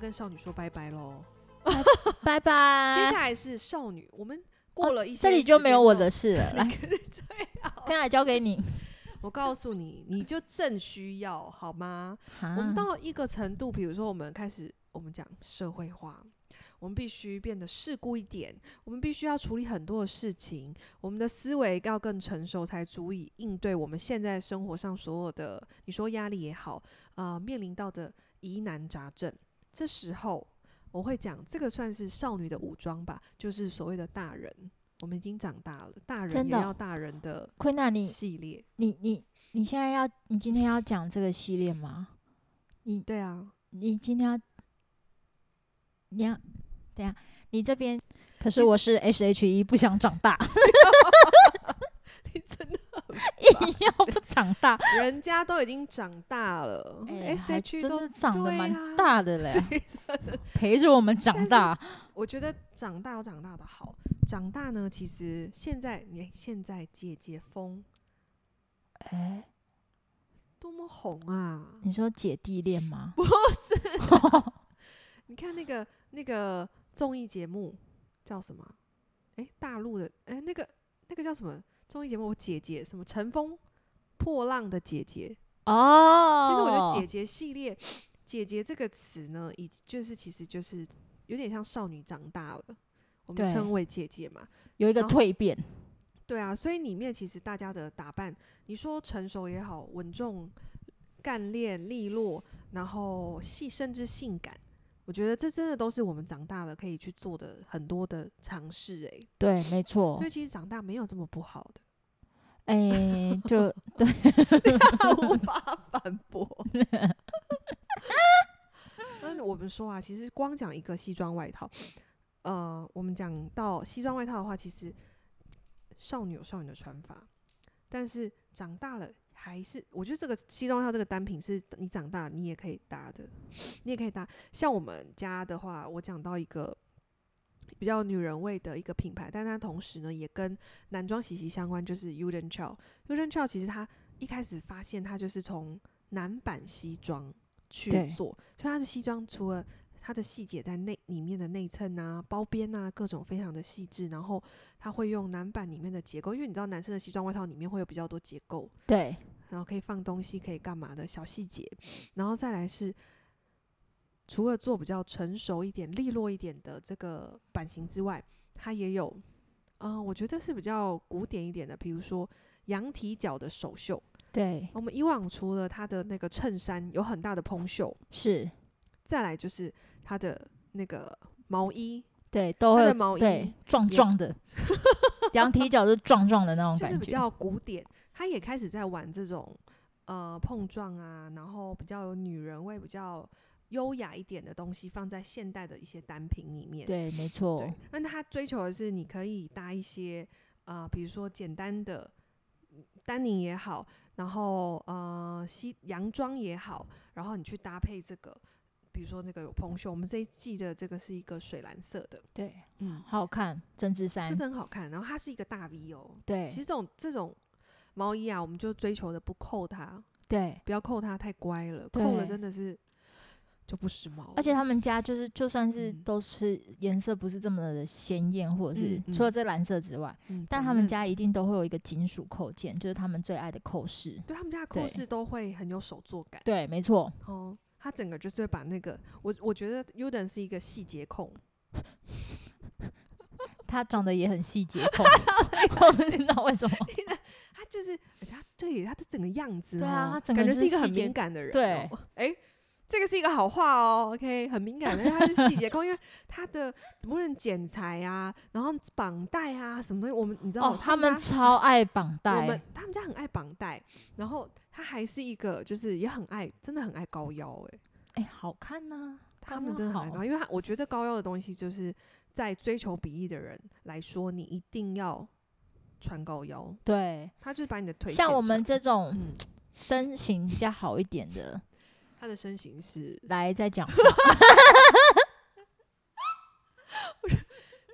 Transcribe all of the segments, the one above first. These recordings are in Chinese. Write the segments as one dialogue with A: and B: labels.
A: 跟少女说拜拜喽。
B: 拜拜。
A: 接下来是少女，我们过了一些、
B: 啊哦这里就没有我的。事了，来，
A: 对啊，
B: 刚才交给你。
A: 我告诉你，你就正需要好吗？
B: 我
A: 我们到一个程度，比如说我们开始，我们讲社会化，我们必须变得世故一点，我们必须要处理很多的事情，我们的思维要更成熟，才足以应对我们现在生活上所有的，你说压力也好，呃，面临到的疑难杂症。这时候我会讲，这个算是少女的武装吧，就是所谓的大人。我们已经长大了，大人
B: 真
A: 也
B: 的哦
A: 要大人的
B: 坤娜，你
A: 系列。
B: 你你你现在要，你今天要讲这个系列吗？
A: 对啊，
B: 你今天要，你要，等一下，你这边。
A: 其
B: 可是
A: 实
B: 我是 S H E，不想长 大，
A: 你真的
B: 硬要不长大，
A: 人家都已经长大了、
B: 哎，
A: s
B: 还
A: H
B: 真
A: 都
B: 的长得
A: 对
B: 蛮
A: 啊
B: 大的嘞， 陪着我们
A: 但
B: 长
A: 是
B: 大。
A: 我觉得长大有长大的好，长大呢，其实现在你现在姐姐风
B: 哎，
A: 多么红 啊！
B: 你说姐弟恋吗？
A: 不是，你看那个那个综艺节目叫什么啊？哎、大陆的哎、那个那个叫什么综艺节目？我姐姐什么乘风破浪的姐姐，
B: 哦，
A: 其实我觉得“姐姐”系列，“姐姐”这个词呢，以就是其实就是有点像少女长大了，我们
B: 对
A: 称为姐姐嘛。
B: 有一个
A: 然后
B: 蜕变，
A: 对啊，所以里面其实大家的打扮，你说成熟也好，稳重、干练、利落，然后细甚至性感，我觉得这真的都是我们长大了可以去做的很多的尝试诶。
B: 对，没错
A: 所以，其实长大没有这么不好的，
B: 哎、就
A: 无法反 驳。那我们说啊，其实光讲一个西装外套，呃，我们讲到西装外套的话，其实少女有少女的穿法，但是长大了还是，我觉得这个西装外套这个单品是你长大了你也可以搭的，你也可以搭。像我们家的话，我讲到一个。比较女人味的一个品牌，但它同时呢也跟男装息息相关，就是 Uden Chow。Uden Chow 其实它一开始发现它就是从男版西装去
B: 对
A: 做，所以它的西装除了它的细节在内里面的内衬啊、包边啊，各种非常的细致，然后它会用男版里面的结构，因为你知道男生的西装外套里面会有比较多结构，
B: 对，
A: 然后可以放东西，可以干嘛的小细节，然后再来是。除了做比较成熟一点、利落一点的这个版型之外，它也有，嗯、我觉得是比较古典一点的，比如说羊蹄角的手袖，
B: 对，
A: 我们以往除了它的那个衬衫有很大的蓬袖，
B: 是，
A: 再来就是它的那个毛衣，
B: 对，
A: 它
B: 都会
A: 的
B: 有
A: 毛
B: 对
A: 衣
B: 壮
A: 也
B: 壮的，羊蹄角就是壮壮的那种
A: 就是
B: 感
A: 比
B: 觉，
A: 较古典。它也开始在玩这种呃碰撞啊，然后比较有女人味、比较优雅一点的东西放在现代的一些单品里面。
B: 对，哦没错
A: 对，，那它追求的是你可以搭一些呃，比如说简单的嗯丹宁也好，然后呃西洋装也好，然后你去搭配这个，比如说那个有蓬袖，我们这一季的这个是一个水蓝色的，
B: 对，
A: 嗯，
B: 好好看，针织
A: 这
B: 衫
A: 是，很好看。然后它是一个大 V 哦，
B: 对
A: 其实这种这种毛衣啊，我们就追求的不扣它，
B: 对，
A: 不要扣它太乖了，扣了
B: 对
A: 真的是就不时髦了，
B: 而且他们家就是就算是
A: 哦嗯
B: 都是颜色不是这么的鲜艳，或者是
A: 嗯嗯
B: 除了这蓝色之外，
A: 嗯
B: 但
A: 反
B: 他们
A: 正
B: 家一定都会有一个金属扣件，就是他们最爱的扣饰，
A: 对他们家的扣
B: 对
A: 饰都会很有手作感。
B: 对，没错，
A: 哦，他整个就是会把那个我我觉得 Uden 是一个细节控，
B: 他长得也很细节 控，我不知道为什么。
A: 他就是、哎他对他的整个样子、哦，
B: 对啊他整个
A: 感觉
B: 人
A: 是一
B: 就是
A: 个很
B: 细节
A: 敏感的人、哦，
B: 对，
A: 哎、这个是一个好话哦，OK，很敏感，但是他是细节控，因为他的无论剪裁啊，然后绑带啊什么东西，我们你知道、
B: 哦，他
A: 们
B: 们
A: 家
B: 超爱绑
A: 我们
B: 带，
A: 他们家很爱绑带，然后他还是一个就是也很爱，真的很爱高腰、哎。
B: 哎，好看呢、
A: 他
B: 高
A: 们
B: 腰
A: 真的很爱
B: 好
A: 高，因为他我觉得高腰的东西就是在追求比例的人来说，你一定要穿高腰，
B: 对，
A: 他就是把你的腿
B: 像
A: 线
B: 我们
A: 长，
B: 这种
A: 嗯，
B: 身形比较好一点的，
A: 他的身形是，
B: 来 再讲话。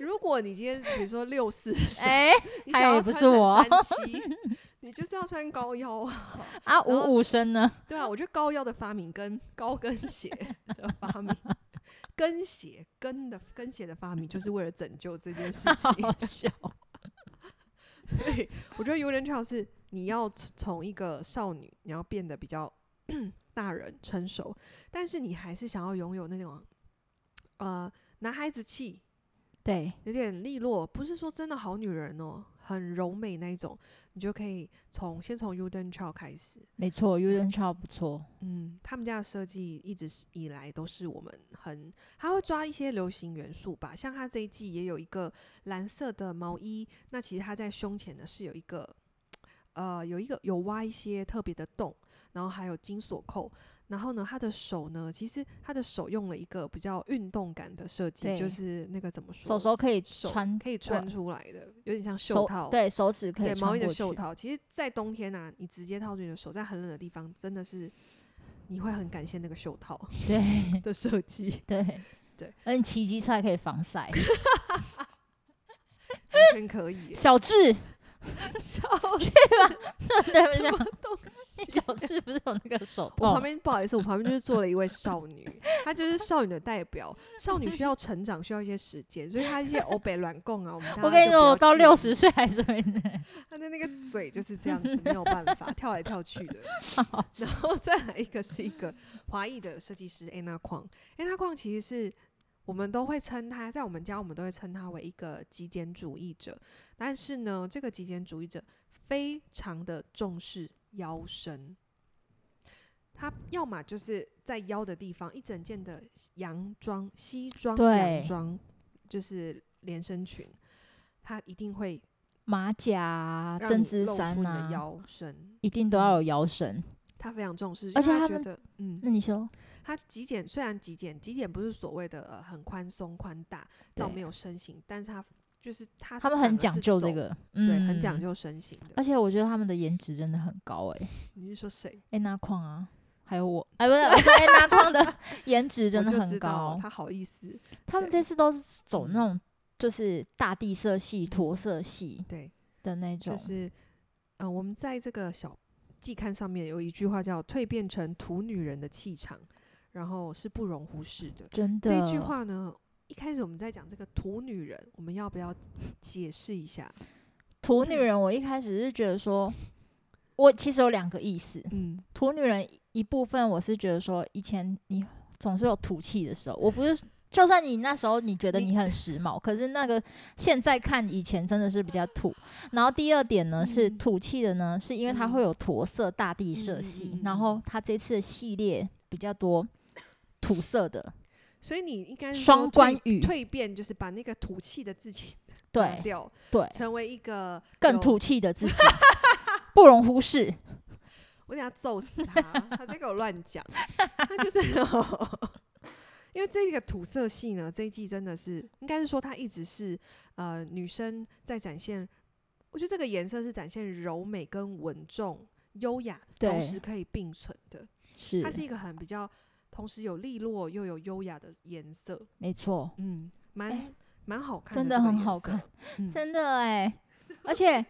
A: 如果你今天比如说六四 身，
B: 哎、
A: 你
B: 嗨
A: 想要
B: 不
A: 穿
B: 是
A: 成
B: 我
A: 三 七，你就是要穿高腰啊。
B: 啊，
A: 然后
B: 五五身呢？
A: 对啊，我觉得高腰的发明跟高跟鞋的发明跟鞋跟的跟鞋的发明，就是为了拯救这件事 情。
B: 好笑。
A: 对，我觉得有点 trail 是你要从从一个少女，你要变得比较大人成熟，但是你还是想要拥有那种呃男孩子气，
B: 对，
A: 有点利落，不是说真的好女人哦，很柔美那一种，你就可以从先从 Uden Chow 开始。
B: 没错 u n 超不错。
A: 嗯，他们家的设计一直是以来都是我们很，他会抓一些流行元素吧，像他这一季也有一个蓝色的毛衣，那其实他在胸前呢是有一个，呃，有一个有挖一些特别的洞，然后还有金锁扣，然后呢，他的手呢，其实他的手用了一个比较运动感的设计，就
B: 对
A: 是那个怎么说，
B: 手手可以
A: 手
B: 穿
A: 可以
B: 过
A: 穿出来的，有点像袖
B: 手
A: 套，
B: 对手指可
A: 对
B: 以
A: 毛
B: 穿
A: 衣的
B: 过去
A: 袖。套，其实，在冬天啊，你直接套住你的手，在很冷的地方，真的是你会很感谢那个袖套
B: 对
A: 的设计，
B: 对
A: 对，
B: 而你骑机车还可以防 晒。
A: 完全可 以耶。
B: 小智，
A: 笑
B: 对不
A: 什
B: 对？
A: 么东 西
B: 小？智不是有 那个手
A: 我
B: 套
A: 旁？边不好意思，我旁边就是坐了一位少女，她就是少女的代表。少女需要成长，需要一些时间，所以她一些欧北软供啊，我们大
B: 我
A: 家
B: 跟
A: 就
B: 你
A: 不
B: 说，
A: 要
B: 我到
A: 介
B: 六
A: 意
B: 十岁还是会那样。
A: 他的那个嘴就是这样子，没有办法跳来跳去的。然后再来一个是一个华裔的设计师 Anna Kwong，Anna Kwong 其实是我们都会称她，在我们家我们都会称她为一个极简主义者，但是呢，这个极简主义者非常的重视腰身。他要么就是在腰的地方一整件的洋装、西装、洋
B: 对
A: 装，就是连身裙，他一定会
B: 马甲啊、
A: 让
B: 针
A: 你
B: 织
A: 露出
B: 衫
A: 你的
B: 啊，
A: 腰嗯身，
B: 一定都要有腰身。
A: 他非常重视，因
B: 而且
A: 为他
B: 他
A: 觉
B: 们
A: 得，嗯，
B: 那你说，
A: 他极简虽然极简，极简不是所谓的、呃、很宽松宽大到
B: 对
A: 没有身形，但是他就是他
B: 他们
A: 反而
B: 很讲
A: 是
B: 究
A: 走
B: 这，个，
A: 对，很讲
B: 嗯。
A: 究身形的
B: 而。且我觉得他们的颜值真的很高诶、
A: 你是说谁？
B: 安娜矿啊，还有我，哎，不是，我说安娜矿的颜值真
A: 我
B: 的
A: 就知
B: 很
A: 道
B: 高。
A: 他好意思，
B: 他们
A: 对
B: 这次都是走
A: 嗯
B: 那种就是大地色系、驼色系
A: 对，
B: 的那
A: 就，
B: 种
A: 是，呃，我们在这个小季刊上面有一句话叫“蜕变成土女人的气场”，然后是不容忽视的。
B: 真的。
A: 这句话呢，一开始我们在讲这个土女人，我们要不要解释一下？
B: 土女人，我一开始是觉得说，我其实有两个意思。
A: 嗯，
B: 土女人一部分，我是觉得说，以前你总是有土气的时候，我不是。就算你那时候你觉得
A: 你
B: 你很时髦，可是那个现在看以前真的是比较土。然后第二点呢是
A: 嗯
B: 土气的呢，是因为它
A: 嗯
B: 会有驼色大地
A: 嗯嗯
B: 色系，
A: 嗯嗯
B: 然后它这次的系列比较多土色的，
A: 所以你应该是说
B: 双关
A: 蜕
B: 语
A: 蜕变，就是把那个土气的自己拿
B: 对
A: 掉，
B: 对，
A: 成为一个
B: 更
A: 有。
B: 土气的自己不容 忽视。
A: 我等下揍死他，他在给我乱 讲，他就是。 因为这个土色系呢，这一季真的是，应该是说它一直是呃女生在展现，我觉得这个颜色是展现柔美跟稳重、优雅，同
B: 对
A: 时可以并存的。
B: 是
A: 它，是一个很比较同时有利落又有优雅的颜色，
B: 没错，
A: 嗯，蛮
B: 哎
A: 蛮好看，
B: 真
A: 的
B: 的
A: 这个
B: 很
A: 颜
B: 好
A: 色
B: 看，
A: 嗯
B: 真的哎、而且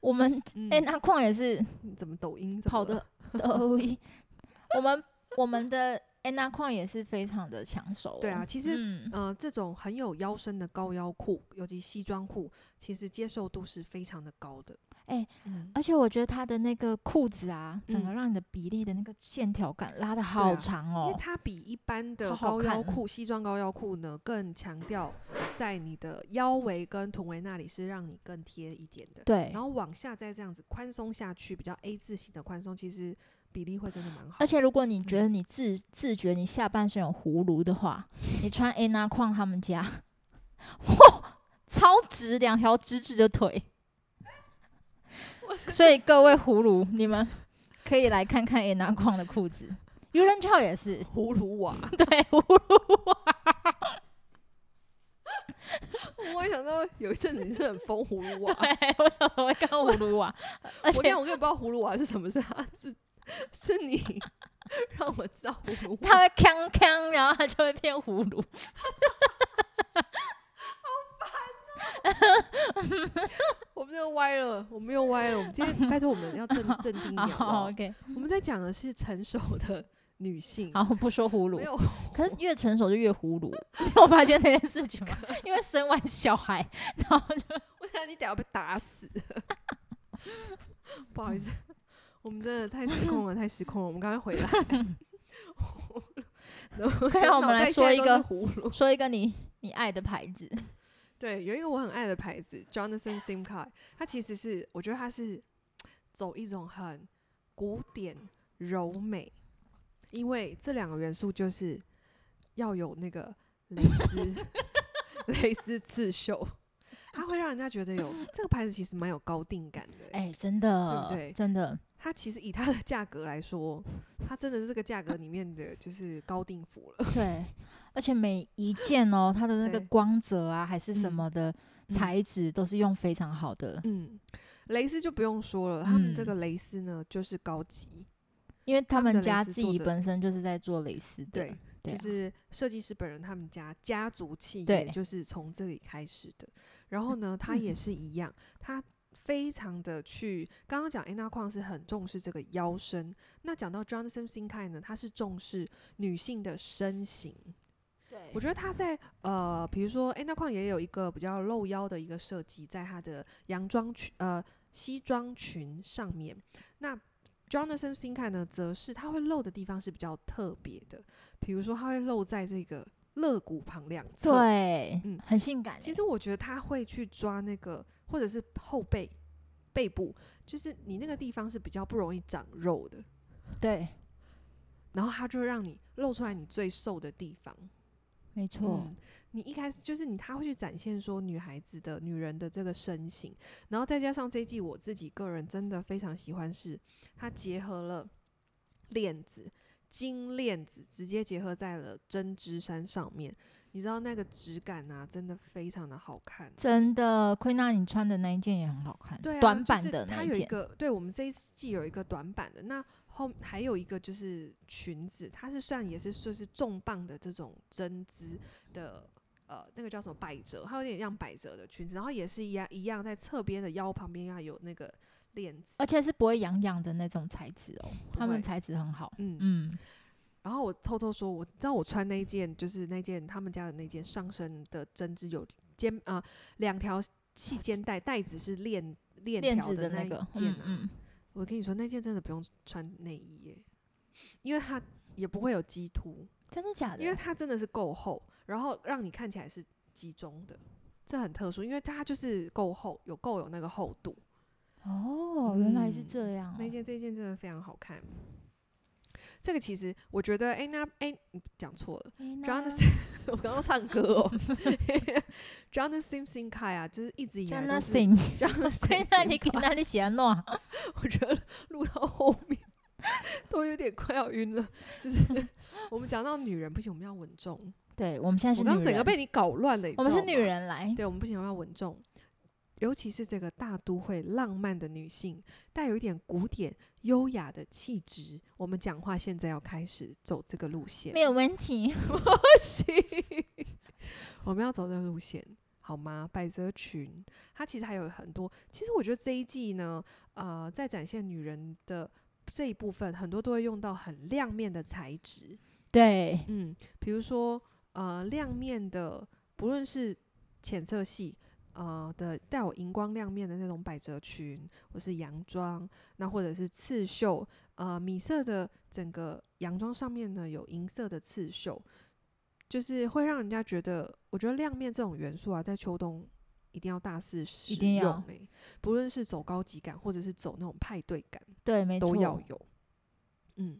B: 我们
A: 嗯
B: 哎、那矿也是
A: 你怎么抖音怎么
B: 跑
A: 了
B: 的抖音， 我们我们的安娜矿也是非常的抢手哦、
A: 对啊，其实。
B: 嗯，
A: 呃，这种很有腰身的高腰裤，尤其西装裤，其实接受度是非常的高的。
B: 哎
A: 嗯，
B: 而且我觉得它的那个裤子啊，整个
A: 嗯
B: 让你的比例的那个线条感拉的
A: 啊
B: 好长
A: 因为
B: 哦、
A: 它比一般的
B: 好好
A: 高腰
B: 看嗯
A: 裤、西装高腰裤呢，更强调在你的腰围跟臀围那里是让你更贴一点的。
B: 对
A: 然，后往下再这样子宽松下去，比较 A 字型的宽松，其实比例会真的蛮好。
B: 而且如果你
A: 嗯
B: 觉得你自自觉你下半身有葫芦的 话，你穿安娜矿他们家，哇，超直，两条直直的腿。所以各位葫芦，你们可以来看看安娜矿的裤子。U 人超 也是，
A: 葫芦娃，
B: 对，葫芦娃
A: 我也想到有一阵子你是很疯葫芦娃，
B: 对我小时候会看葫 芦娃，而
A: 我跟你
B: 且
A: 讲我根本不知道葫芦娃是什么是啊，是是你让我知道葫芦
B: 它
A: 娃。
B: 会锵锵，然后它就会变葫 芦。
A: 我们又歪了，我们 又歪了。我们今天拜托我们要镇镇定一点好不
B: 好
A: 好
B: ，OK，
A: 我们在讲的是成熟的女性，
B: 好，不说葫芦
A: 没，有
B: 可是越成熟就越葫芦， 你有发现那件事情吗？因为生完 小孩，然后就
A: 我想你等下被打死。 不好意思，我们真的太失控了，太失控了。我们刚刚 回来，
B: 快让我们来说一个
A: 葫芦。
B: 说一个你你爱的牌子，
A: 对，有一个我很爱的牌子，Jonathan Simcard，它其实是我觉得它是走一种很古典柔美，因为这两个元素就是要有那个蕾 丝蕾丝刺绣，它会让人家觉得有这个牌子其实蛮有高定感的欸、
B: 哎、真的，
A: 对不对
B: 真 的，
A: 它其实以它的价格来说，它真的是这个价格里面的就是高定服了。
B: 对，而且每一件 哦，它的那个
A: 对
B: 光泽啊，还是什
A: 嗯
B: 么的 材质，都是用非常好的，
A: 嗯，蕾丝就不用说了，他们这
B: 嗯
A: 个蕾丝呢就是高级，
B: 因为他
A: 他们的
B: 们
A: 蕾
B: 家
A: 丝
B: 自
A: 做
B: 己
A: 得
B: 本身就是在做蕾丝的，
A: 对，
B: 对啊
A: 就是设计师本人他们家家族企
B: 对嗯
A: 业就是从这里开始的。然后呢，他也是一样，他非常的去刚刚讲安娜矿是很重视这个腰身，那讲到 Johnson Sinkai 呢，他是重视女性的身形。我
B: 对，啊
A: 觉得他在呃，比如说，哎、那矿也有一个比较露腰的一个设计，在他的洋装裙呃西装裙上面。那 Jonathan Sinka 呢，则是他会露的地方是比较特别的，比如说他会露在这个肋骨旁两侧。，
B: 对，
A: 嗯
B: 很性感欸、
A: 其实我觉得他会去抓那个，或者是后背、背部，就是你那个地方是比较不容易长肉的，
B: 对，
A: 然后他就会让你露出来你最瘦的地方。
B: 没错
A: 嗯，，你一开始就是你，他会去展现说女孩子的、女人的这个身形，然后再加上这一季我自己个人真的非常喜欢是，它结合了链子、金链子，直接结合在了针织衫上面，你知道那个质感啊，真的非常的好看。
B: 真的，奎娜你穿的那一件也很好看，
A: 对啊，
B: 短
A: 就
B: 版
A: 是
B: 的那
A: 它
B: 一
A: 有一
B: 件，
A: 个，对我们这一季有一个短版的，那后还有一个就是裙子，它是算也是说是重磅的这种针织的。呃，那个叫什么百褶，它有点像百褶的裙子，然后也是一样一样，在侧边的腰旁边要有那个链子，
B: 而且是不会痒痒的那种材质哦，
A: 不
B: 他们
A: 会
B: 材质很好，
A: 嗯
B: 嗯，
A: 然后我偷偷说，我知道我穿那一件，就是那件他们家的那件上身的针织有肩啊、两条细肩带，带子是链链
B: 链
A: 条
B: 子的
A: 那
B: 那
A: 一
B: 个，
A: 件
B: 嗯
A: 啊，
B: 嗯，
A: 我跟你说，那件真的不用穿内衣耶，因为它也不会有鸡突，
B: 真的假的？
A: 因为它真的是够厚，然后让你看起来是集中的，这很特殊，因为它就是够厚，有够有那个厚度。
B: 哦，原来是
A: 嗯
B: 这样、哦，
A: 那件这一件真的非常好看。这个其实我觉得，哎、那哎，嗯讲、错了
B: 诶那
A: ，Jonathan，我刚刚唱歌 哦，Jonathan Simpson Kai 啊，就是一直以来都是
B: Jonathan，
A: Jonathan，
B: 奎娜你
A: Simkai
B: 给那里写诺，
A: 我觉得录到后面都有点快要晕了。就是 我们讲到女人，不行，我们要稳重。
B: 对我们现在是
A: 我
B: 女
A: 刚
B: 人，
A: 刚整个被你搞乱了，你
B: 我们
A: 知
B: 是
A: 道
B: 女
A: 吗，
B: 人来，
A: 对，我们不行，我们要稳重。尤其是这个大都会浪漫的女性，带有一点古典优雅的气质。我们讲话现在要开始走这个路线，
B: 没有问题，
A: 我们要走这个路线，好吗？百褶裙，它其实还有很多。其实我觉得这一季呢，呃，在展现女人的这一部分，很多都会用到很亮面的材质，
B: 对，
A: 嗯，比如说呃，亮面的，不论是浅色系。呃的带有荧光亮面的那种百褶裙，或是洋装，那或者是刺绣，呃，米色的整个洋装上面呢有银色的刺绣，就是会让人家觉得，我觉得亮面这种元素啊，在秋冬一定要大肆使
B: 定要
A: 用、欸，不论是走高级感，或者是走那种派对感，
B: 对，没错，
A: 都要有。嗯，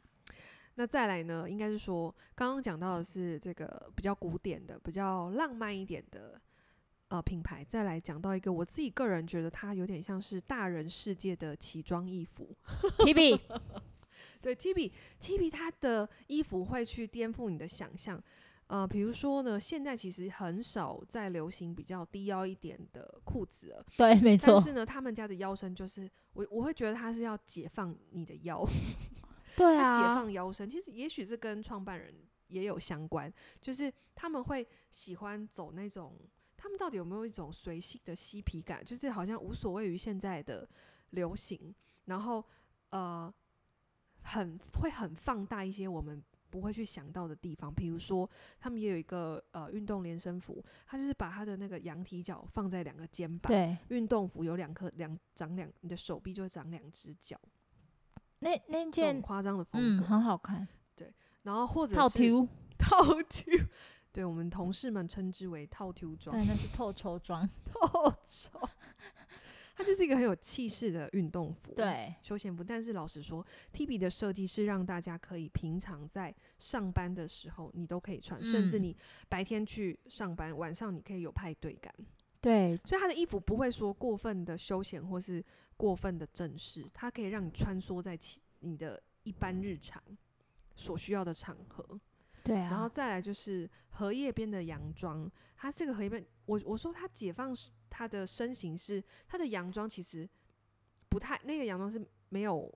A: 那再来呢，应该是说刚刚讲到的是这个比较古典的、比较浪漫一点的呃品牌，再来讲到一个我自己个人觉得它有点像是大人世界的奇装异服。
B: T B，
A: 对 t b t b 它的衣服会去颠覆你的想象。呃，比如说呢，现在其实很少在流行比较低腰一点的裤子了，
B: 对，没错
A: 但，是呢，他们家的腰身就是我，我会觉得它是要解放你的腰，
B: 对
A: 它解
B: 啊，
A: 放腰身，其实也许是跟创办人也有相关，就是他们会喜欢走那种，他们到底有没有一种随性的嬉皮感，就是好像无所谓于现在的流行，然后呃，很会很放大一些我们不会去想到的地方，比如说他们也有一个呃运动连身服，它就是把它的那个羊蹄脚放在两个肩膀，
B: 对，
A: 运动服有两颗两长两，你的手臂就会长两只脚，
B: 那那
A: 这种
B: 件
A: 夸张的风
B: 嗯
A: 格。
B: 很好看，
A: 然后或者
B: 套
A: 是
B: Q，
A: 套 Q，对我们同事们称之为套 Q
B: 对，
A: 装，
B: 那是透抽 装，
A: 套装， 它就是一个很有气势的运动服。。
B: 对，
A: 休闲服，但是老实说，T B 的设计是让大家可以平常在上班的时候你都可以穿，甚至
B: 嗯
A: 你白天去上班，晚上你可以有派对感。
B: 对，
A: 所以它的衣服不会说过分的休闲或是过分的正式，它可以让你穿梭在其你的一般日常所需要的场合。
B: 对啊，
A: 然后再来就是荷叶边的洋装，它这个荷叶边，我我说它解放是它的身形是它的洋装其实不太，那个洋装是没有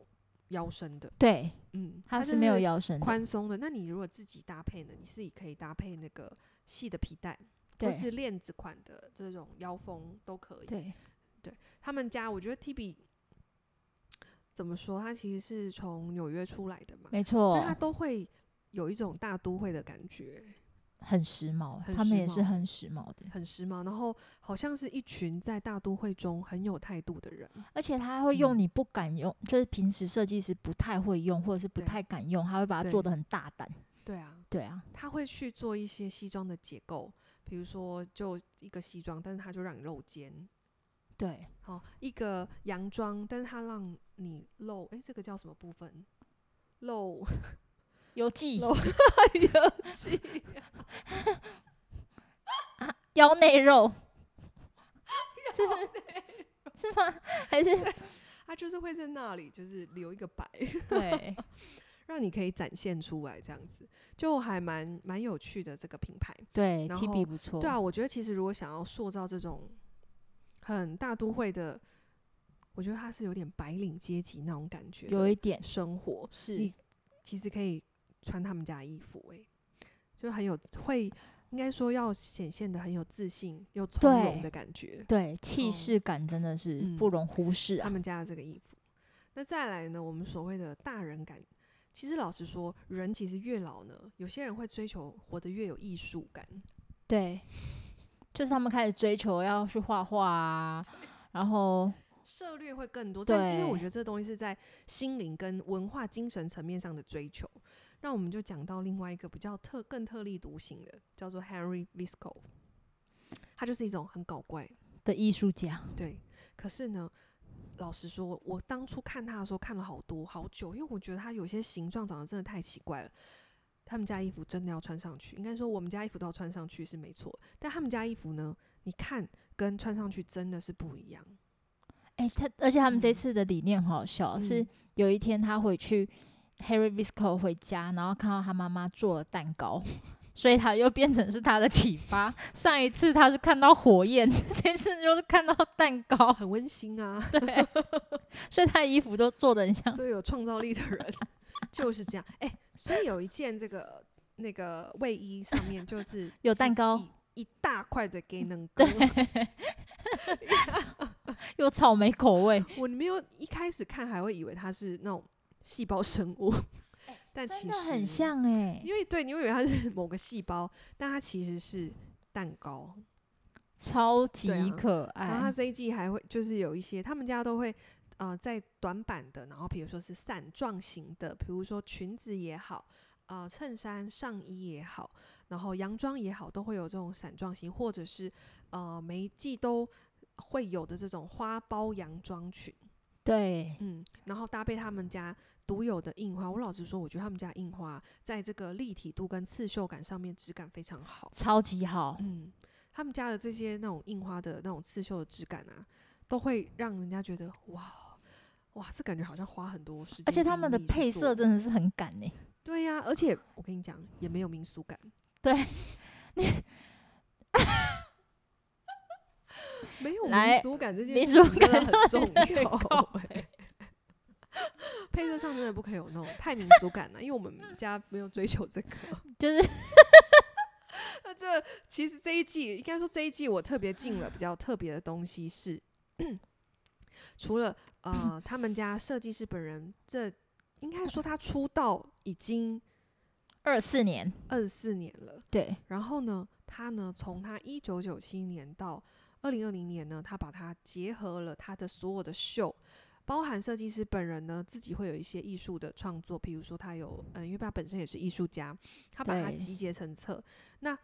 A: 腰身的，
B: 对，
A: 嗯，
B: 它
A: 就是
B: 没有腰身的，
A: 宽松的。那你如果自己搭配呢，你自己可以搭配那个细的皮带，或
B: 对
A: 是链子款的这种腰封都可以。
B: 对，
A: 他们家我觉得 T B 怎么说，他其实是从纽约出来的嘛，
B: 没
A: 所
B: 错
A: 以他，都会有一种大都会的感觉。
B: 很时髦，
A: 很
B: 他们
A: 时
B: 也是
A: 髦
B: 很时髦的，
A: 很时髦，然后好像是一群在大都会中很有态度的人。
B: 而且他会用
A: 嗯
B: 你不敢用，就是平时设计师不太会用，或者是不
A: 对
B: 太敢用，他会把它
A: 对
B: 做的很大胆。
A: 对啊，
B: 对啊，
A: 他会去做一些西装的解构，比如说就一个西装，但是他就让你露肩。
B: 对，
A: 哦，一个洋装，但是他让你露，诶，这个叫什么部分？ 露
B: 邮寄
A: 露腰肌，
B: 腰内 肉，是不 是？是吗？还是
A: 他就是会在那里就是留一个白，
B: 对
A: 让你可以展现出来，这样子就还蛮蛮有趣的这个品牌。
B: 对
A: 然
B: ，T
A: 后
B: B 不错，
A: 对啊，我觉得其实如果想要塑造这种很大都会的，我觉得它是有点白领阶级那种感觉，
B: 有一点
A: 生活，
B: 是
A: 你其实可以穿他们家衣服、欸，就很有会，应该说要显现的很有自信又从容
B: 对
A: 的感觉，
B: 对气
A: 哦
B: 势感真的是
A: 嗯
B: 不容忽视
A: 他
B: 啊。
A: 们家的这个衣服。那再来呢，我们所谓的大人感，其实老实说，人其实越老呢，有些人会追求活得越有艺术感，
B: 对，就是他们开始追求要去画画啊，然后
A: 涉略会更多，在因为我
B: 对
A: 觉得这东西是在心灵跟文化精神层面上的追求。那我们就讲到另外一个比较特、更特立独行的，叫做 Henry Visco，他就是一种很搞怪，
B: 的艺术家，
A: 对。可是呢，老实说，我当初看他的时候看了好多好久，因为我觉得他有些形状长得真的太奇怪了。他们家衣服真的要穿上去，应该说我们家衣服都要穿上去是没错，但他们家衣服呢，你看跟穿上去真的是不一样。
B: 哎、他而且他们这
A: 嗯
B: 次的理念很好笑，是
A: 嗯
B: 有一天他回去 Harry Visco 回家，然后看到他妈妈做了蛋糕， 所以他又变成是他的启发。上一次他是看到火焰， 这次就是看到蛋糕，
A: 很温馨啊，
B: 对， 所以他的衣服都做的很 像。
A: 所以有创造力的人就是这样。哎、所以有一件这个那个卫衣上面 就是
B: 有
A: 是
B: 蛋糕
A: 一，一大块的给能糕。
B: 有草莓口味，
A: 我没有一开始看还会以为它是那种细胞生 物，但
B: 哎真
A: 其
B: 的
A: 实
B: 很，像哎、
A: 因为对你会以为它是某个细胞，但它其实是蛋糕。
B: 超级
A: 啊
B: 可爱。
A: 然后它这一季还会就是有一些他们家都会。呃，在短版的，然后比如说是伞状型的，比如说裙子也好，呃，衬衫、上衣也好，然后洋装也好，都会有这种伞状型，或者是呃每一季都会有的这种花苞洋装裙，
B: 对，
A: 嗯，然后搭配他们家独有的印花。我老实说，我觉得他们家印花在这个立体度跟刺绣感上面质感非常好。
B: 超级好，
A: 嗯，他们家的这些那种印花的那种刺绣的质感啊，都会让人家觉得哇哇，这感觉好像花很多时间。
B: 而且他们的
A: 精力去
B: 配
A: 做
B: 色真的是很赶哎、
A: 对呀、而且我跟你讲，也没有民俗感。
B: 对，
A: 没有
B: 来
A: 民俗感这件
B: 民
A: 事
B: 俗
A: 情真的
B: 感
A: 很
B: 到底
A: 重
B: 在
A: 要
B: 搞
A: 欸、配色上真的不可以有那种太民俗感了、啊因为我们
B: 嗯
A: 家没有追求这个。
B: 就是
A: 那这其实这一季，应该说这一季我特别进了比较特别的东西 是，除了呃他们家设计师本人这应该说他出道已经
B: 二四年，
A: 二十四年了。
B: 对，
A: 然后呢，他呢从他一九九七年到二零二零年呢，他把它结合了他的所有的秀，包含设计师本人呢自己会有一些艺术的创作，比如说他有嗯，因为他本身也是艺术家，他把它
B: 对
A: 集结成册。那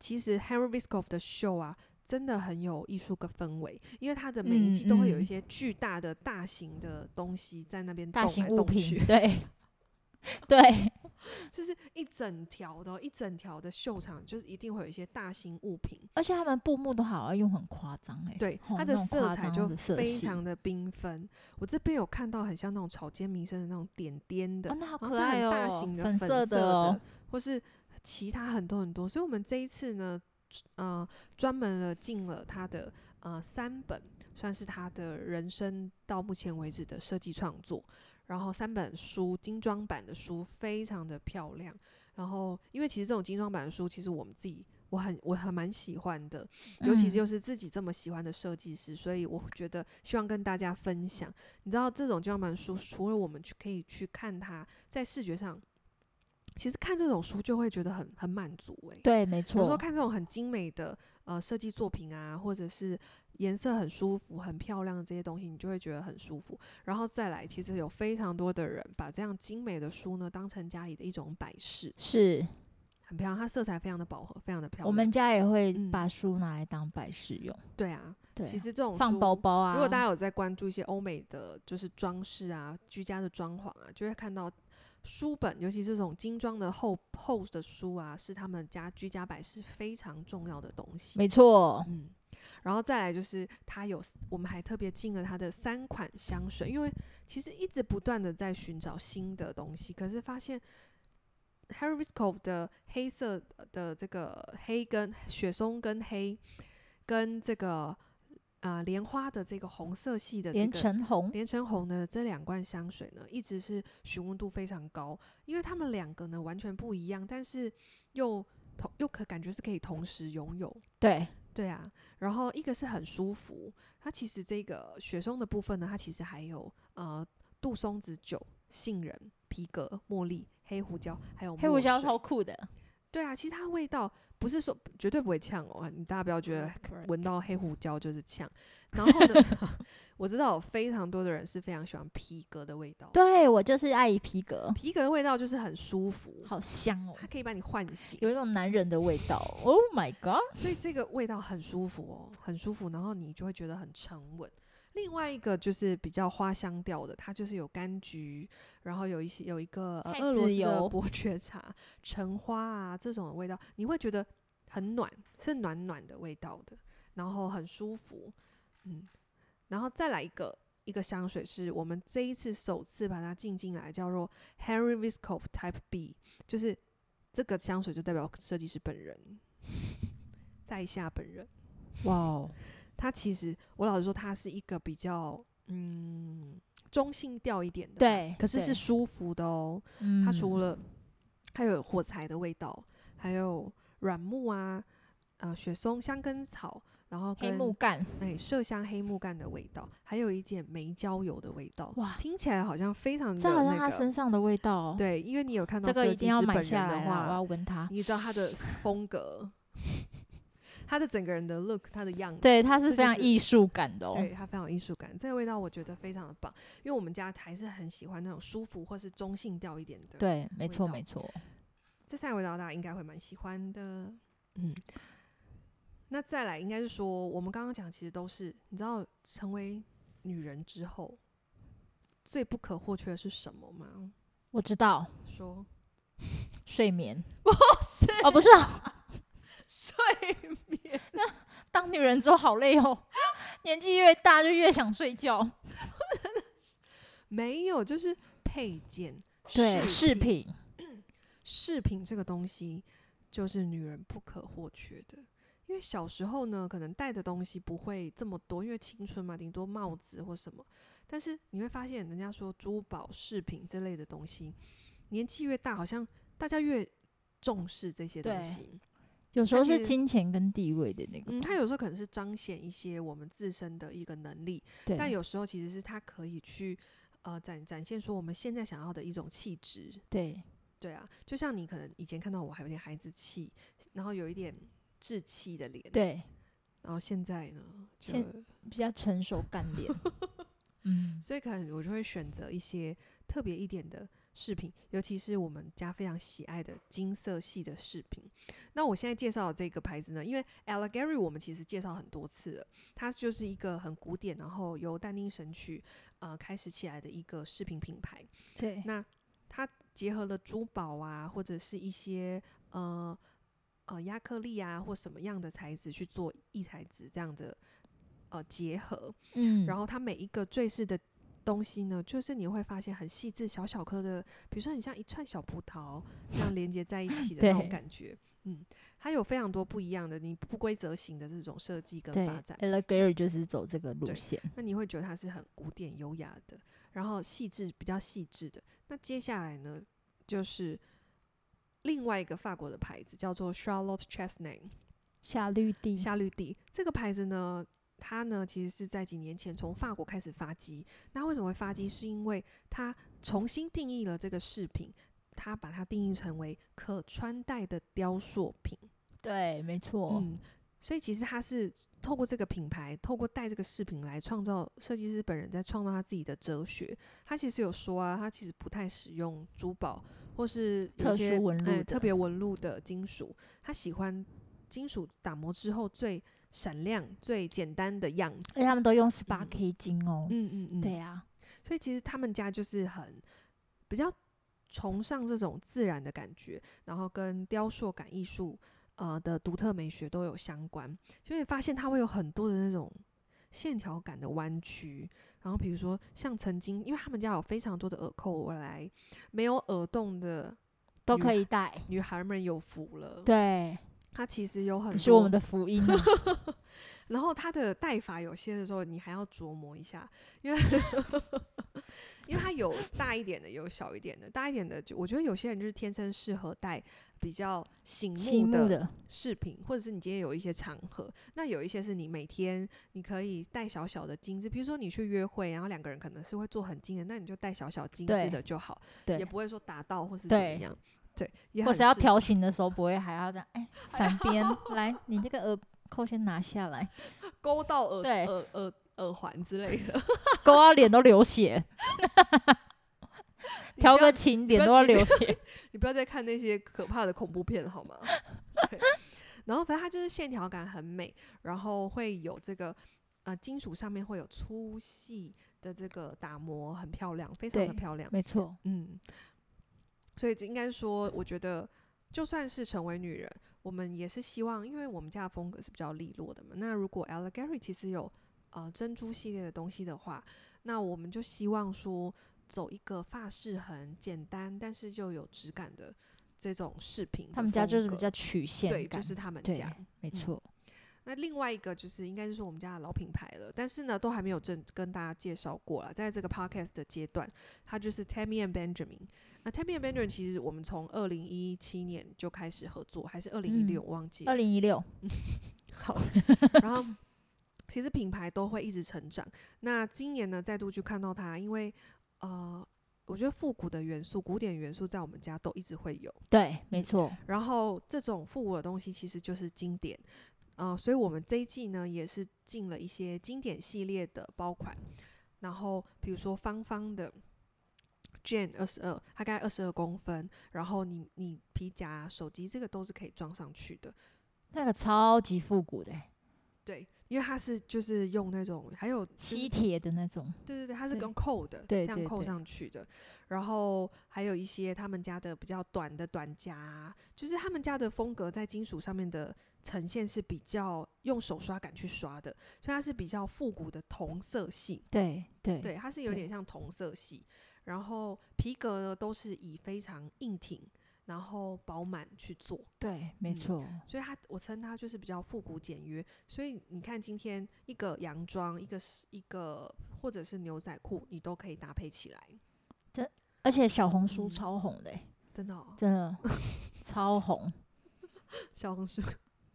A: 其实 Henry Biscoff 的秀啊。真的很有艺术的氛围，因为他的每一季
B: 嗯
A: 都会有
B: 嗯
A: 一些巨大的、大型的东西在那边动
B: 大
A: 来
B: 型物
A: 动去
B: 品，，对， 对，
A: 就是一整条的哦、一整条的秀场，就是一定会有一些大型物品。
B: 而且他们布幕都好要用很夸张哎，
A: 对，
B: 吼
A: 它的
B: 那种
A: 色
B: 夸
A: 彩
B: 张
A: 就
B: 的色
A: 非
B: 系
A: 常的缤纷。我这边有看到很像那种草间弥生的那种点点的，
B: 哦，那好
A: 然后
B: 可
A: 是
B: 爱
A: 很
B: 哦，
A: 大型的
B: 粉
A: 色
B: 的哦，
A: 或是其他很多很多。所以我们这一次呢，呃，专门的进了他的呃三本，算是他的人生到目前为止的设计创作。然后三本书精装版的书非常的漂亮。然后因为其实这种精装版的书，其实我们自己我很我还蛮喜欢的，尤其
B: 嗯
A: 就是自己这么喜欢的设计师，所以我觉得希望跟大家分享。你知道这种精装版书，除了我们去可以去看它，在视觉上，其实看这种书就会觉得很很满足诶、
B: 对，没
A: 有时候
B: 错，
A: 看这种很精美的呃设计作品啊，或者是颜色很舒服、很漂亮的这些东西，你就会觉得很舒服。然后再来，其实有非常多的人把这样精美的书呢，当成家里的一种摆饰，
B: 是
A: 很漂亮，它色彩非常的饱和，非常的漂亮。
B: 我们家也会
A: 嗯
B: 把书拿来当摆饰用，
A: 对啊，
B: 对啊，
A: 其实这种
B: 放
A: 书
B: 包包啊，
A: 如果大家有在关注一些欧美的就是装饰啊、居家的装潢啊，就会看到书本，尤其是这种精装的厚厚的书啊，是他们家居家摆饰非常重要的东西。
B: 没错，
A: 嗯，然后再来就是它有，我们还特别进了它的三款香水，因为其实一直不断的在寻找新的东西，可是发现 Harry b i s c o f 的黑色的这个黑跟雪松跟黑跟这个啊、呃莲花的这个红色系嗯的这
B: 连
A: 个
B: 城红，
A: 连城红的这两罐香水呢，一直是询问度非常高，因为它们两个呢完全不一样，但是又同又可感觉是可以同时拥有。
B: 对，
A: 对啊，然后一个是很舒服，它其实这个雪松的部分呢，它其实还有呃杜松子酒、杏仁、皮革、茉莉、黑胡椒，还有
B: 黑胡
A: 墨
B: 椒
A: 水
B: 超酷的，
A: 对啊，其实它的味道不是说绝对不会呛哦，你大家不要觉得闻到黑胡椒就是呛。然后 呢，我知道有非常多的人是非常喜欢皮革的味道，
B: 对我就是爱皮革，
A: 皮革的味道就是很舒服，
B: 好香哦，
A: 它可以把你唤醒。
B: 有一种男人的味道，Oh my god，
A: 所以这个味道很舒服哦，很舒服，然后你就会觉得很沉稳。另外一个就是比较花香调的，它就是有柑橘，然后有一些有一个、呃、
B: 菜
A: 俄罗
B: 籽
A: 斯的
B: 油
A: 伯爵茶、橙花啊这种的味道，你会觉得 很暖，是暖暖的味道的，然后很舒服，嗯，然后再来一个一个香水是我们这一次首次把它进进来，叫做 Henry Viscoff Type B，就是这个香水就代表设计师本人，在下本人。
B: 哇哦，
A: 他其实我老实说，他是一个比较嗯中性调一点的吧，
B: 对
A: 可是
B: 对
A: 是舒服的哦。它
B: 嗯，
A: 除了它有火柴的味道，还有软木啊、呃雪松、香根草，然后
B: 黑
A: 跟
B: 木干，
A: 哎麝香、黑木干的味道，还有一点煤焦油的味道。
B: 哇
A: 听起来好像非常
B: 这
A: 的
B: 好像
A: 那
B: 他
A: 个
B: 身上的味道哦，
A: 对，因为你有看到
B: 这个
A: 设
B: 一
A: 计
B: 定要
A: 师
B: 买
A: 本
B: 下
A: 人
B: 来
A: 的
B: 啦，我
A: 话，
B: 要闻它，
A: 你知道他的风格， 他的整个人的 look，他的样子。
B: 对，它
A: 这
B: 是
A: 就
B: 非常
A: 是
B: 艺术感的哦，
A: 对，它非常有艺术感，这个味道我觉得非常的棒，因为我们家还是很喜欢那种舒服或是中性调一点的。，
B: 对，没
A: 味
B: 错
A: 道
B: 没错，
A: 这三个味道大家应该会蛮喜欢的。嗯，那再来应该是说，我们刚刚讲其实都是，你知道成为女人之后最不可或缺的是什么吗？
B: 我知道
A: 说
B: 睡眠
A: 不是
B: 哦，不是啊，
A: 睡 眠，
B: 当女人之后好累哦， 年纪越大就越想睡觉，
A: 没有，就是配件。
B: 对，饰
A: 品，
B: 品，
A: 饰品这个东西就是女人不可或缺的。因为小时候呢，可能带的东西不会这么多，因为青春嘛，顶多帽子或什么。但是你会发现，人家说珠宝、饰品这类的东西，年纪越大，好像大家越重视这些东
B: 对
A: 西。
B: 有时候
A: 其
B: 是
A: 实
B: 金钱跟地位的那个
A: 嗯，
B: 吧，
A: 它有时候可能是彰显一些我们自身的一个能力，
B: 对，
A: 但有时候其实是他可以去呃展展现说我们现在想要的一种气质。
B: 对，
A: 对啊，就像你可能以前看到我还有点孩子气，然后有一点稚气的脸，
B: 对，
A: 然后现在呢，就
B: 现比较成熟干 练。嗯，
A: 所以可能我就会选择一些特别一点的饰品，尤其是我们家非常喜爱的金色系的饰品。那我现在介绍的这个牌子呢，因为 Allegory 我们其实介绍很多次了，它就是一个很古典，然后由但丁神曲呃开始起来的一个饰品品牌。
B: 对，
A: 那它结合了珠宝啊，或者是一些呃呃亚克力啊，或什么样的材质去做异材质这样的呃结合，
B: 嗯，
A: 然后它每一个坠饰的。东西呢，就是你会发现很细致、小小颗的，比如说很像一串小葡萄这样连接在一起的那种
B: 对
A: 感觉。嗯，它有非常多不一样的，你不规则型的这种设计跟
B: 对
A: 发展。
B: ，Allegory 就是走这个路
A: 对
B: 线。
A: 那你会觉得它是很古典优雅的，然后细致比较细致的。那接下来呢，就是另外一个法国的牌子叫做 Charlotte Chesnay
B: 夏绿蒂，
A: 夏绿蒂。这个牌子呢，它呢其实是在几年前从法国开始发迹。那为什么会发迹？是因为它重新定义了这个饰品，它把它定义成为可穿戴的雕塑品。
B: 对，没错，
A: 嗯，所以其实他是透过这个品牌，透过带这个饰品来创造设计师本人在创造他自己的哲学。他其实有说啊，他其实不太使用珠宝或是有
B: 特
A: 一些
B: 殊纹
A: 哎
B: 路
A: 特
B: 的
A: 别纹路的金属，他喜欢金属打磨之后最闪亮、最简单的样
B: 而
A: 子。
B: 且他们都用十八 K 金哦。
A: 嗯嗯嗯，
B: 哎对。啊，
A: 所以其实他们家就是很比较崇尚这种自然的感觉，然后跟雕塑感艺术呃的独特美学都有相关，就会发现它会有很多的那种线条感的弯曲，然后比如说像曾经，因为他们家有非常多的耳扣，我来没有耳洞的
B: 都
A: 女
B: 可
A: 孩
B: 以戴。
A: 女孩们有福了，
B: 对，
A: 它其实有很多
B: 你是我们的福 音啊。
A: 然后它的戴法有些的时候你还要琢磨一下，因为因为它有大一点的，有小一点的。大一点的，就我觉得有些人就是天生适合戴比较醒
B: 醒
A: 目
B: 目
A: 的
B: 的，
A: 饰品，或者是你今天有一些场合，那有一些是你每天你可以戴小小的金子，比如说你去约会，然后两个人可能是会做很精的，那你就戴小小精致
B: 对
A: 的就好，也
B: 对，
A: 不会说打到或是怎么
B: 对
A: 样。对，也
B: 或
A: 很
B: 是要
A: 适
B: 调形的时候不会还要这样，哎， 闪边来，你这个耳扣先拿下来，
A: 勾到耳
B: 对
A: 耳耳耳环之类的，
B: 勾到脸都流血，
A: 你
B: 调
A: 不要
B: 个情脸
A: 不
B: 都
A: 要
B: 要流血。
A: 你不要再看那些可怕的恐怖片好吗？对然后反正它就是线条感很美，然后会有这个呃金属上面会有粗细的这个打磨，很漂亮，非常的
B: 对
A: 漂亮。
B: 没错，
A: 嗯，所以这应该说，我觉得就算是成为女人，我们也是希望，因为我们家的风格是比较利落的嘛。那如果 Allegory 其实有呃珍珠系列的东西的话，那我们就希望说走一个发饰很简单，但是又有质感的这种饰品的风格。
B: 他们家就是比较曲线
A: 对，
B: 感
A: 就是他们
B: 对
A: 家。
B: 没错，
A: 那另外一个就是应该就是我们家的老品牌了，但是呢都还没有正跟大家介绍过了，在这个 podcast 的阶段，它就是 Tammy and Benjamin。那 Tammy and Benjamin 其实我们从二零一七年就开始合作，还是二零一六
B: 嗯
A: 我忘记了
B: 二。零一六，
A: 好，然后其实品牌都会一直成长。那今年呢再度去看到它，因为呃。我觉得复古的元素、古典元素在我们家都一直会有，
B: 对，没错，
A: 然后这种复古的东西其实就是经典，呃，所以我们这一季呢也是进了一些经典系列的包款，然后比如说方方的 Jane 二十二，它大概二十二公分，然后你你皮夹啊、手机这个都是可以装上去的，
B: 那个超级复古的，
A: 对，因为它是就是用那种还有就是
B: 吸铁的那种，
A: 对对对，它是
B: 对
A: 跟扣的，
B: 对
A: 这样
B: 对
A: 扣
B: 对
A: 上去的。然后还有一些他们家的比较短的短夹啊，就是他们家的风格在金属上面的呈现是比较用手刷感去刷的，所以它是比较复古的同色系，
B: 对对
A: 对，它是有
B: 对
A: 点像同色系。然后皮革呢都是以非常硬挺，然后饱满去做，
B: 对，没
A: 嗯
B: 错，
A: 所以它我称它就是比较复古简约。所以你看，今天一个洋装，一个是一个或者是牛仔裤，你都可以搭配起来，
B: 而且小红书
A: 嗯
B: 超红的，
A: 真的、哦。
B: 真的超红。
A: 小红书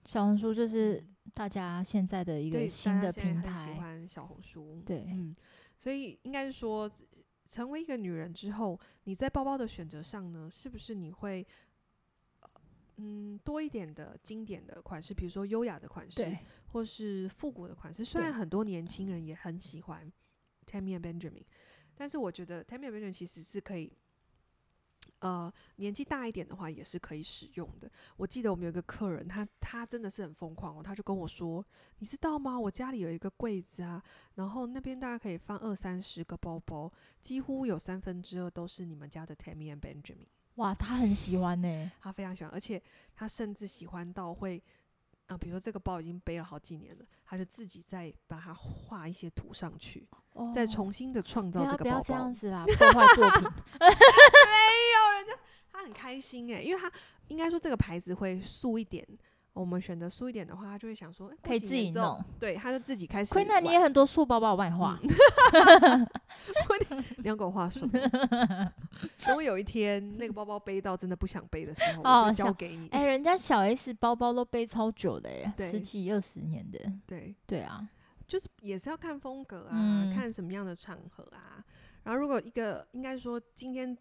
B: 小红书就是大家现在的一
A: 对
B: 个新
A: 大家
B: 的
A: 现在
B: 平
A: 很喜
B: 台，
A: 欢小红书，嗯
B: 对
A: 嗯，所以应该是说。成为一个女人之后，你在包包的选择上呢，是不是你会，呃嗯，多一点的经典的款式，比如说优雅的款式
B: 对，，
A: 或是复古的款式？虽
B: 对
A: 然很多年轻人也很喜欢 Tammy and Benjamin，但是我觉得 Tammy and Benjamin 其实是可以。呃，年纪大一点的话也是可以使用的。我记得我们有一个客人，他他真的是很疯狂哦，他就跟我说：“你知道吗？我家里有一个柜子啊，然后那边大概可以放二三十个包包，几乎有三分之二都是你们家的 Tammy and Benjamin。
B: 哇，他很喜欢呢、
A: 他非常喜欢，而且他甚至喜欢到会，啊、比如说这个包已经背了好几年了，他就自己再把它画一些图上去，
B: 哦，
A: 再重新的创
B: 不
A: 造
B: 要
A: 啊这个
B: 不要
A: 包
B: 这
A: 包
B: 样。子啦， 破坏作 品。
A: 他很开心诶、因为他应该说这个牌子会素一点。我们选择素一点的话，他就会想说哎诶过
B: 可以
A: 几
B: 自
A: 年
B: 己
A: 之后
B: 弄
A: 对，他就自己开始
B: 亏
A: 玩。
B: 那你也很多素包包，我帮你画。
A: 嗯 你要跟我画什 么？等我有一天那个包包背到真的不想背的时候，我
B: 哦
A: 就交
B: 想
A: 给你。
B: 哎、人家小 S 包包都背超久的、欸，
A: 对
B: 十几二十年的。
A: 对，
B: 对啊，
A: 就是也是要看风格啊，
B: 嗯
A: 看什么样的场合啊。然后如果一个应该说今天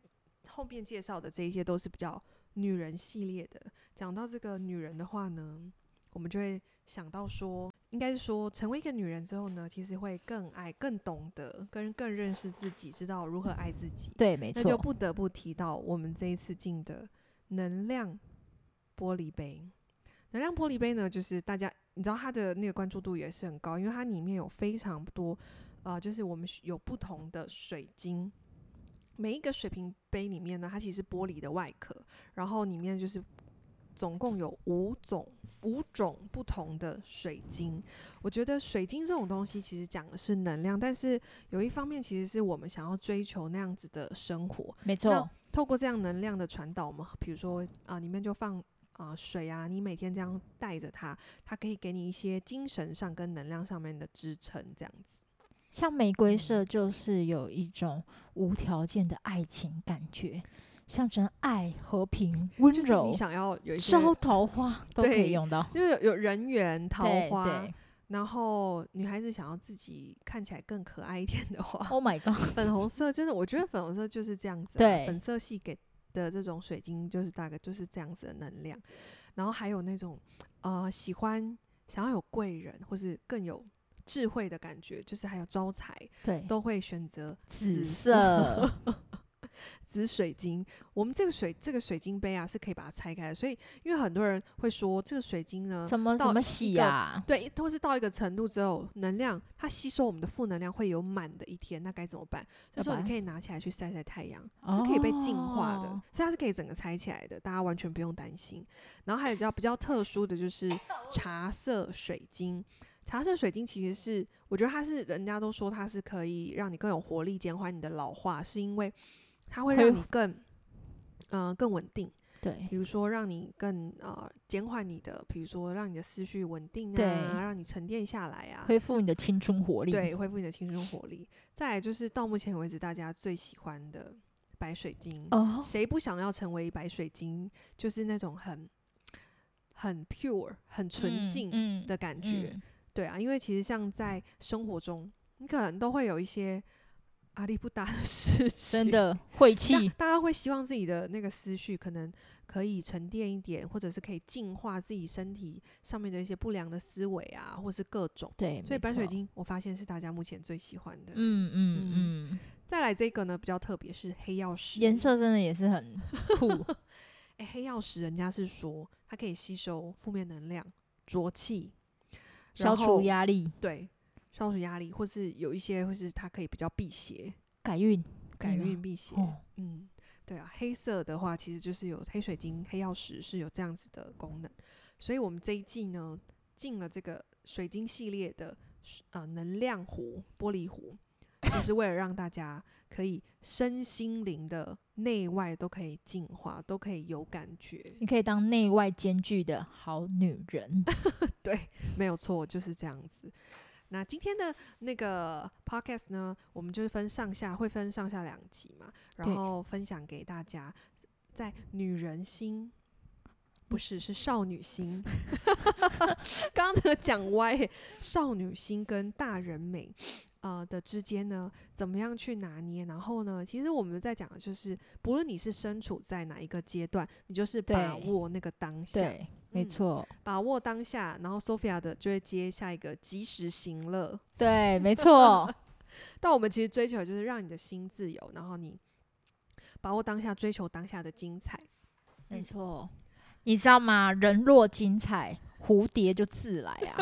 A: 后面介绍的这一些都是比较女人系列的。讲到这个女人的话呢，我们就会想到说，应该是说成为一个女人之后呢，其实会更爱、更懂得、跟更认识自己，知道如何爱自己。
B: 对，没
A: 那就
B: 错。
A: 不得不提到我们这一次进的能量玻璃杯。能量玻璃杯呢，就是大家你知道它的那个关注度也是很高，因为它里面有非常多，呃，就是我们需有不同的水晶。每一个水瓶杯里面呢，它其实是玻璃的外壳，然后里面就是总共有五种五种不同的水晶。我觉得水晶这种东西其实讲的是能量，但是有一方面其实是我们想要追求那样子的生活。
B: 没
A: 那
B: 错，
A: 透过这样能量的传导，我们比如说啊、里面就放啊、水啊，你每天这样带着它，它可以给你一些精神上跟能量上面的支撑，这样子。
B: 像玫
A: 嗯
B: 瑰色就是有一种无条件的爱情感觉，象征爱、和平、温
A: 就是
B: 柔
A: 你、想要有一些，
B: 烧 桃花都可
A: 对
B: 以用到。
A: 因为有有人缘、桃
B: 对
A: 花，
B: 对
A: 然后女孩子想要自己看起来更可爱一点的话，
B: ，Oh my god！
A: 粉红色真的，我觉得粉红色就是这样子、啊，
B: 对
A: 粉色系给的这种水晶就是大概就是这样子的能量，然后还有那种呃喜欢想要有贵人或是更有智慧的感觉，就是还有招财，
B: 对，
A: 都会选择
B: 紫
A: 色
B: 色
A: 紫水晶。我们这个水这个水晶杯啊是可以把它拆开的，所以因为很多人会说这个水晶呢。
B: 怎么
A: 到
B: 怎么啊
A: 一
B: 洗
A: 个
B: 呀、
A: 对，都是到一个程度之后，能量它吸收我们的负能量会有满的一天，那该怎么办？这
B: 要
A: 时候你
B: 把它
A: 可以拿起来去晒晒太阳，
B: 哦
A: 它可以被净化的，所以它是可以整个拆起来的，大家完全不用担心。然后还有比较比较特殊的就是茶色水晶，茶色水晶其实是我觉得它是人家都说它是可以让你更有活力，减缓你的老化，是因为它会
B: 会
A: 让你更嗯、呃更稳定，
B: 对
A: 比如说让你更呃减缓你的，比如说让你的思绪稳定
B: 对
A: 啊，让你沉淀下来啊，
B: 恢复你的青春活力。
A: 对，恢复你的青春活力。再来就是到目前为止大家最喜欢的白水晶，
B: 哦，
A: 谁不想要成为白水晶？就是那种很很 pure、很纯
B: 嗯
A: 净
B: 嗯
A: 的感觉。
B: 嗯
A: 对啊，因为其实像在生活中，你可能都会有一些阿力不达的 事情，
B: 真的晦
A: 大
B: 气，
A: 大家会希望自己的那个思绪可能可以沉淀一点，或者是可以净化自己身体上面的一些不良的思维啊，或是各种。
B: 对，
A: 所以
B: 没
A: 白水
B: 错，
A: 晶，我发现是大家目前最喜欢的。
B: 嗯
A: 嗯
B: 嗯嗯，
A: 再来这个呢，比较特别是黑曜石，
B: 颜色真的也是很 酷，
A: 诶，哎黑曜石人家是说它可以吸收负面能量、浊气，
B: 消
A: 然后
B: 除压力，
A: 对，消除压力，或是有一些，或是它可以比较辟邪、
B: 改运，
A: 改
B: 吗
A: 运辟邪。
B: 哦，
A: 嗯，对啊，黑色的话其实就是有黑水晶、黑曜石是有这样子的功能，所以我们这一季呢进了这个水晶系列的水呃能量壶、玻璃壶，就是为了让大家可以身心灵的内外都可以净化，都可以有感觉。
B: 你可以当内外兼具的好女 人。
A: 对，没有错，就是这样子。那今天的那个 podcast 呢，我们就是分上下，会分上下两集嘛，然
B: 对
A: 后分享给大家，在女人心不是，是少女心。 刚刚这个讲歪耶，少女心跟大人美，呃的之间呢，怎么样去拿捏？然后呢，其实我们在讲的就是，不论你是身处在哪一个阶段，你就是把
B: 对
A: 握那个当下，
B: 对，没
A: 嗯
B: 错，
A: 把握当下。然后 Sophia 的就会接下一个及时行乐。
B: 对，没错，
A: 但我们其实追求的就是让你的心自由，然后你把握当下，追求当下的精 彩。
B: 没错。你知道吗？人若精彩，蝴蝶就自来 啊，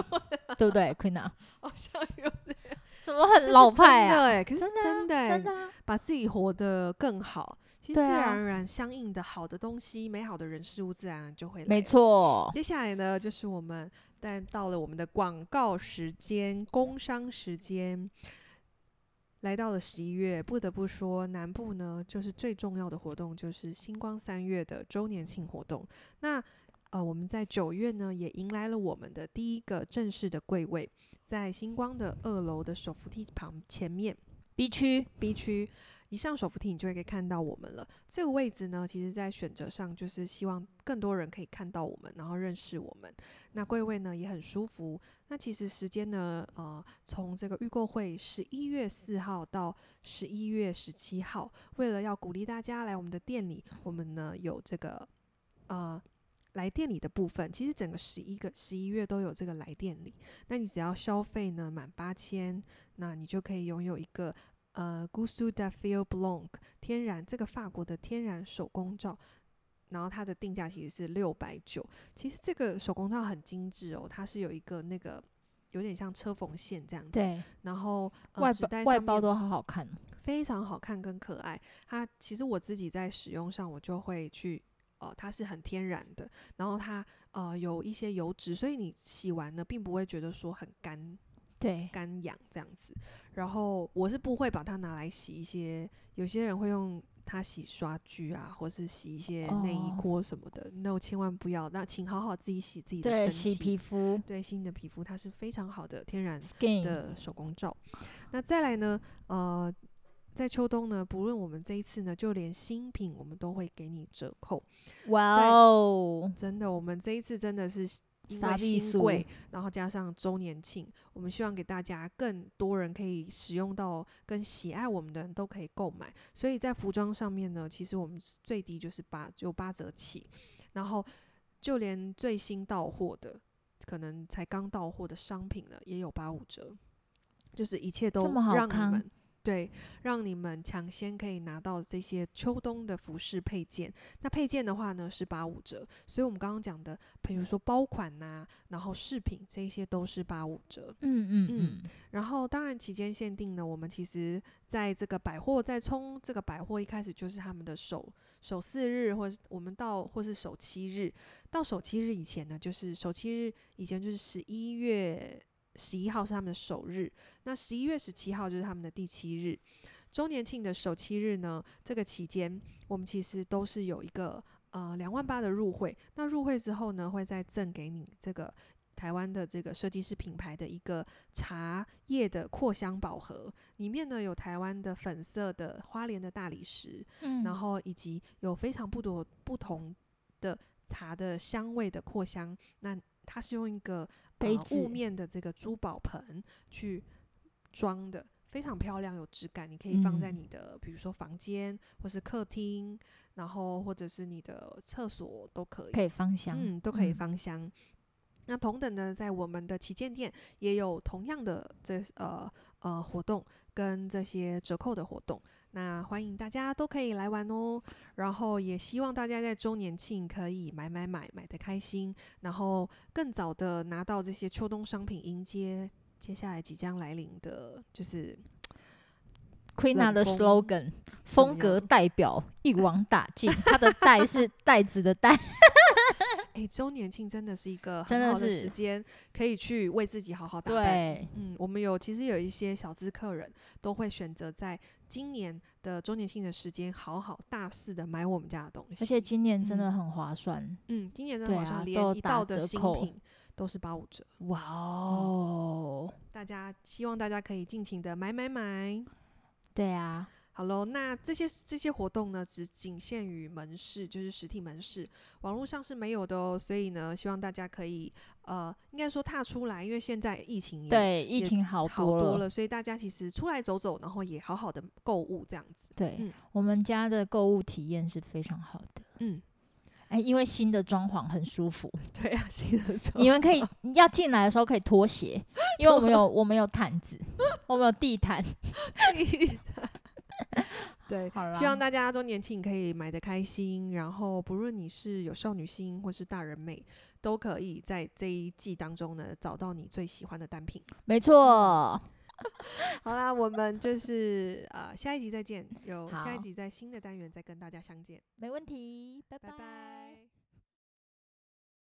B: 对不对，Queen 啊？
A: 好像 有这
B: 怎么很老派啊？
A: 哎、可是
B: 真的啊
A: 真的、欸，
B: 真的啊，
A: 把自己活得更好，其实
B: 对
A: 自
B: 啊
A: 然而然相应的好的东西、美好的人事物，自然而然就会来。
B: 没。错，
A: 接下来呢，就是我们但到了我们的广告时间、工商时间，来到了十一月，不得不说，南部呢就是最重要的活动就是星光三月的周年庆活动。那呃，我们在九月呢也迎来了我们的第一个正式的柜位，在星光的二楼的手扶梯旁前面。
B: 必须
A: B 区，一上手扶梯你就会可以看到我们了。这个位置呢，其实在选择上就是希望更多人可以看到我们，然后认识我们。那柜位呢也很舒服。那其实时间呢，呃，从这个预购会十一月四号到十一月十七号，为了要鼓励大家来我们的店里，我们呢有这个呃。来店里的部分，其实整个十一个十一月都有这个来店里。那你只要消费呢满八千，那你就可以拥有一个呃 g u s u d a f i l Blanc 天然这个法国的天然手工皂，然后它的定价其实是六百九。其实这个手工皂很精致哦，它是有一个那个有点像车缝线这样子，
B: 对
A: 然后、呃、
B: 外
A: 纸
B: 包
A: 袋
B: 外
A: 上
B: 包
A: 面
B: 都好好看哦，
A: 非常好看跟可爱。它其实我自己在使用上，我就会去。呃，它是很天然的，然后它呃有一些油脂，所以你洗完呢，并不会觉得说很干
B: 对，
A: 干痒这样子。然后我是不会把它拿来洗一些，有些人会用它洗刷具啊，或是洗一些内衣
B: 哦
A: 裤或什么的。那、千万不要，那请好好自己洗自己的身
B: 对，
A: 体，
B: 洗皮肤
A: 对洗你的皮肤，它是非常好的天然
B: skin，
A: 的手工皂。那再来呢，呃，在秋冬呢，不论我们这一次呢，就连新品我们都会给你折扣。
B: 哇哦，
A: 真的，我们这一次真的是因
B: 傻
A: 为
B: 逼
A: 新
B: 苏
A: 贵，然后加上周年庆，我们希望给大家更多人可以使用到，跟喜爱我们的人都可以购买。所以在服装上面呢，其实我们是最低就是八有八折起，然后就连最新到货的，可能才刚到货的商品呢，也有八五折，就是一切都
B: 么好
A: 让
B: 看
A: 你们。对，让你们抢先可以拿到这些秋冬的服饰配件。那配件的话呢是八五折，所以我们刚刚讲的，比如说包款呐、然后饰品这些都是八五折。
B: 嗯嗯
A: 嗯
B: 嗯，
A: 然后当然期间限定呢，我们其实在这个百货在冲这个百货一开始就是他们的首首四日，或是我们到或是首七日，到首七日以前呢，就是首七日以前就是十一月十一号是他们的首日，那十一月十七号就是他们的第七日。周年庆的首七日呢，这个期间我们其实都是有一个呃两万八的入会，那入会之后呢，会再赠给你这个台湾的这个设计师品牌的一个茶叶的扩香宝盒，里面呢有台湾的粉色的花莲的大理石，
B: 嗯
A: 然后以及有非常不多不同的茶的香味的扩香。那它是用一个
B: 杯
A: 呃、雾
B: 子
A: 面的这个珠宝盆去装的，非常漂亮有质感。你可以放在
B: 嗯
A: 你的、比如说房间或是客厅，然后或者是你的厕所都可以。
B: 可以芳香，
A: 嗯，都可以
B: 嗯
A: 芳香。那同等的，在我们的旗舰店也有同样的这呃呃活动跟这些折扣的活动，那欢迎大家都可以来玩哦。然后也希望大家在周年庆可以买买买买的开心，然后更早的拿到这些秋冬商品，迎接接下来即将来临的，就是
B: ，Queen
A: 冷
B: 的
A: 风
B: slogan 风格
A: 样
B: 代表一网打尽， 它的代是袋子的袋，
A: 哎周年庆真的是一个
B: 真
A: 很
B: 的
A: 好的
B: 是
A: 时间，可以去为自己好好打扮。
B: 对，
A: 嗯，我们有其实有一些小资客人都会选择在今年的周年庆的时间，好好大肆的买我们家的东西。
B: 而且，今年真的很划算，
A: 嗯，今年真的好
B: 对啊
A: 像
B: 都
A: 连
B: 有
A: 一
B: 打
A: 道的
B: 折
A: 新
B: 扣
A: 品都是八五折，
B: 哇哦，
A: 大家希望大家可以尽情的买买买。
B: 对啊，
A: 好喽，那这些这些活动呢，只仅限于门市，就是实体门市，网络上是没有的哦。所以呢，希望大家可以呃，应该说踏出来，因为现在疫情也
B: 对，疫情好
A: 好
B: 多了。
A: 了，所以大家其实出来走走，然后也好好的购物这样子。
B: 对、
A: 嗯
B: 我们家的购物体验是非常好的。
A: 嗯，
B: 哎，因为新的装潢很舒 服，
A: 对啊，新的装
B: 你们可以要进来的时候可以脱鞋，因为我 们有我们有毯子，我们有地毯。
A: 地 对，
B: 好啦，
A: 希望大家周年庆可以买的开心，然后不论你是有少女心或是大人美，都可以在这一季当中呢找到你最喜欢的单品。
B: 没错，
A: 好啦，我们就是呃下一集再见，有下一
B: 好
A: 集在新的单元再跟大家相见，
B: 没问题，拜
A: 拜拜